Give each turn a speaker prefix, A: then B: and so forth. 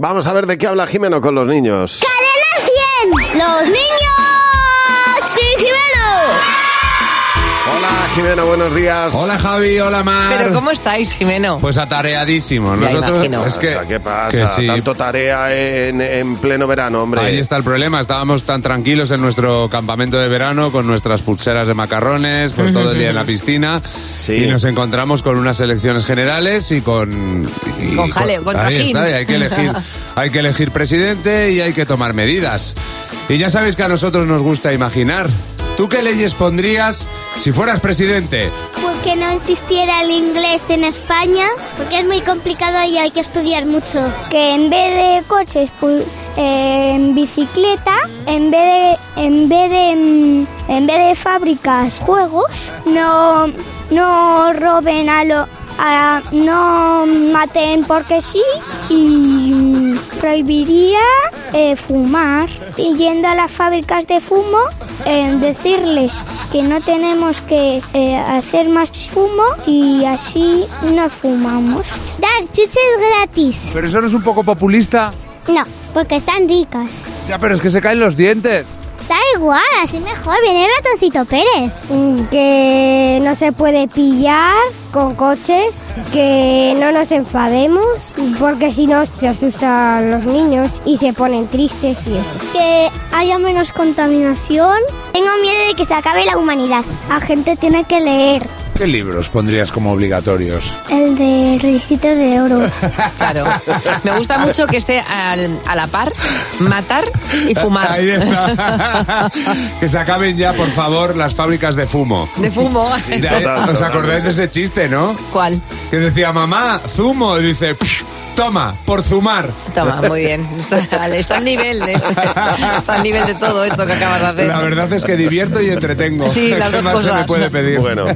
A: Vamos a ver de qué habla Jimeno con los niños.
B: ¡Cadena 100! ¡Los niños! ¡Sí, Jimeno!
A: Hola Jimeno, buenos días.
C: Hola Javi, hola Mar.
D: Pero ¿cómo estáis, Jimeno?
C: Pues atareadísimo.
D: Ya
C: Nosotros
D: imagino.
C: es que,
A: O sea, ¿Qué pasa?
C: que sí.
A: Tanto tarea en, en pleno verano, hombre.
C: Ahí está el problema. Estábamos tan tranquilos en nuestro campamento de verano con nuestras pulseras de macarrones, pues todo el día en la piscina.
A: Sí.
C: Y nos encontramos con unas elecciones generales y con. y
D: Con jaleo, con
C: ahí
D: trajín.
C: está, y hay que elegir, hay que elegir presidente y hay que tomar medidas. Y ya sabéis que a nosotros nos gusta imaginar. ¿Tú qué leyes pondrías si fueras presidente?
B: Porque no existiera el inglés en España, porque es muy complicado y hay que estudiar mucho. Que en vez de coches, pu- eh, en bicicleta, en vez de en vez de mm, en vez de fábricas, juegos, no no roben a lo a- no maten porque sí y mm, prohibiría eh, fumar y yendo a las fábricas de fumo eh, decirles que no tenemos que eh, hacer más fumo y así no fumamos. Dar chuches gratis.
E: Pero eso no es un poco populista.
B: No, porque están ricas.
E: Ya, pero es que se caen los dientes.
B: Da igual, así mejor, viene el ratoncito Pérez. Mm, Que no se puede pillar con coches, que no nos enfademos, porque si no se asustan los niños y se ponen tristes y eso. Que haya menos contaminación. Tengo miedo de que se acabe la humanidad. La gente tiene que leer.
F: ¿Qué libros pondrías como obligatorios?
B: El de Ricito de Oro.
D: Claro. Me gusta mucho que esté al- a la par matar y fumar.
C: Ahí está. que se acaben ya, por favor, las fábricas de fumo.
D: De fumo.
A: Sí,
C: De ahí-
A: total,
C: ¿Os
A: total.
C: acordáis de ese chiste, no?
D: ¿Cuál?
C: Que decía, mamá, zumo. Y dice, "Pff, toma, por zumar.
D: Toma, muy bien. Está, está al nivel de este- está al nivel de todo esto que acabas de hacer.
C: La verdad es que divierto y entretengo.
D: Sí, las
C: ¿Qué
D: dos
C: más se
D: cosas.
C: me puede pedir?
A: Bueno,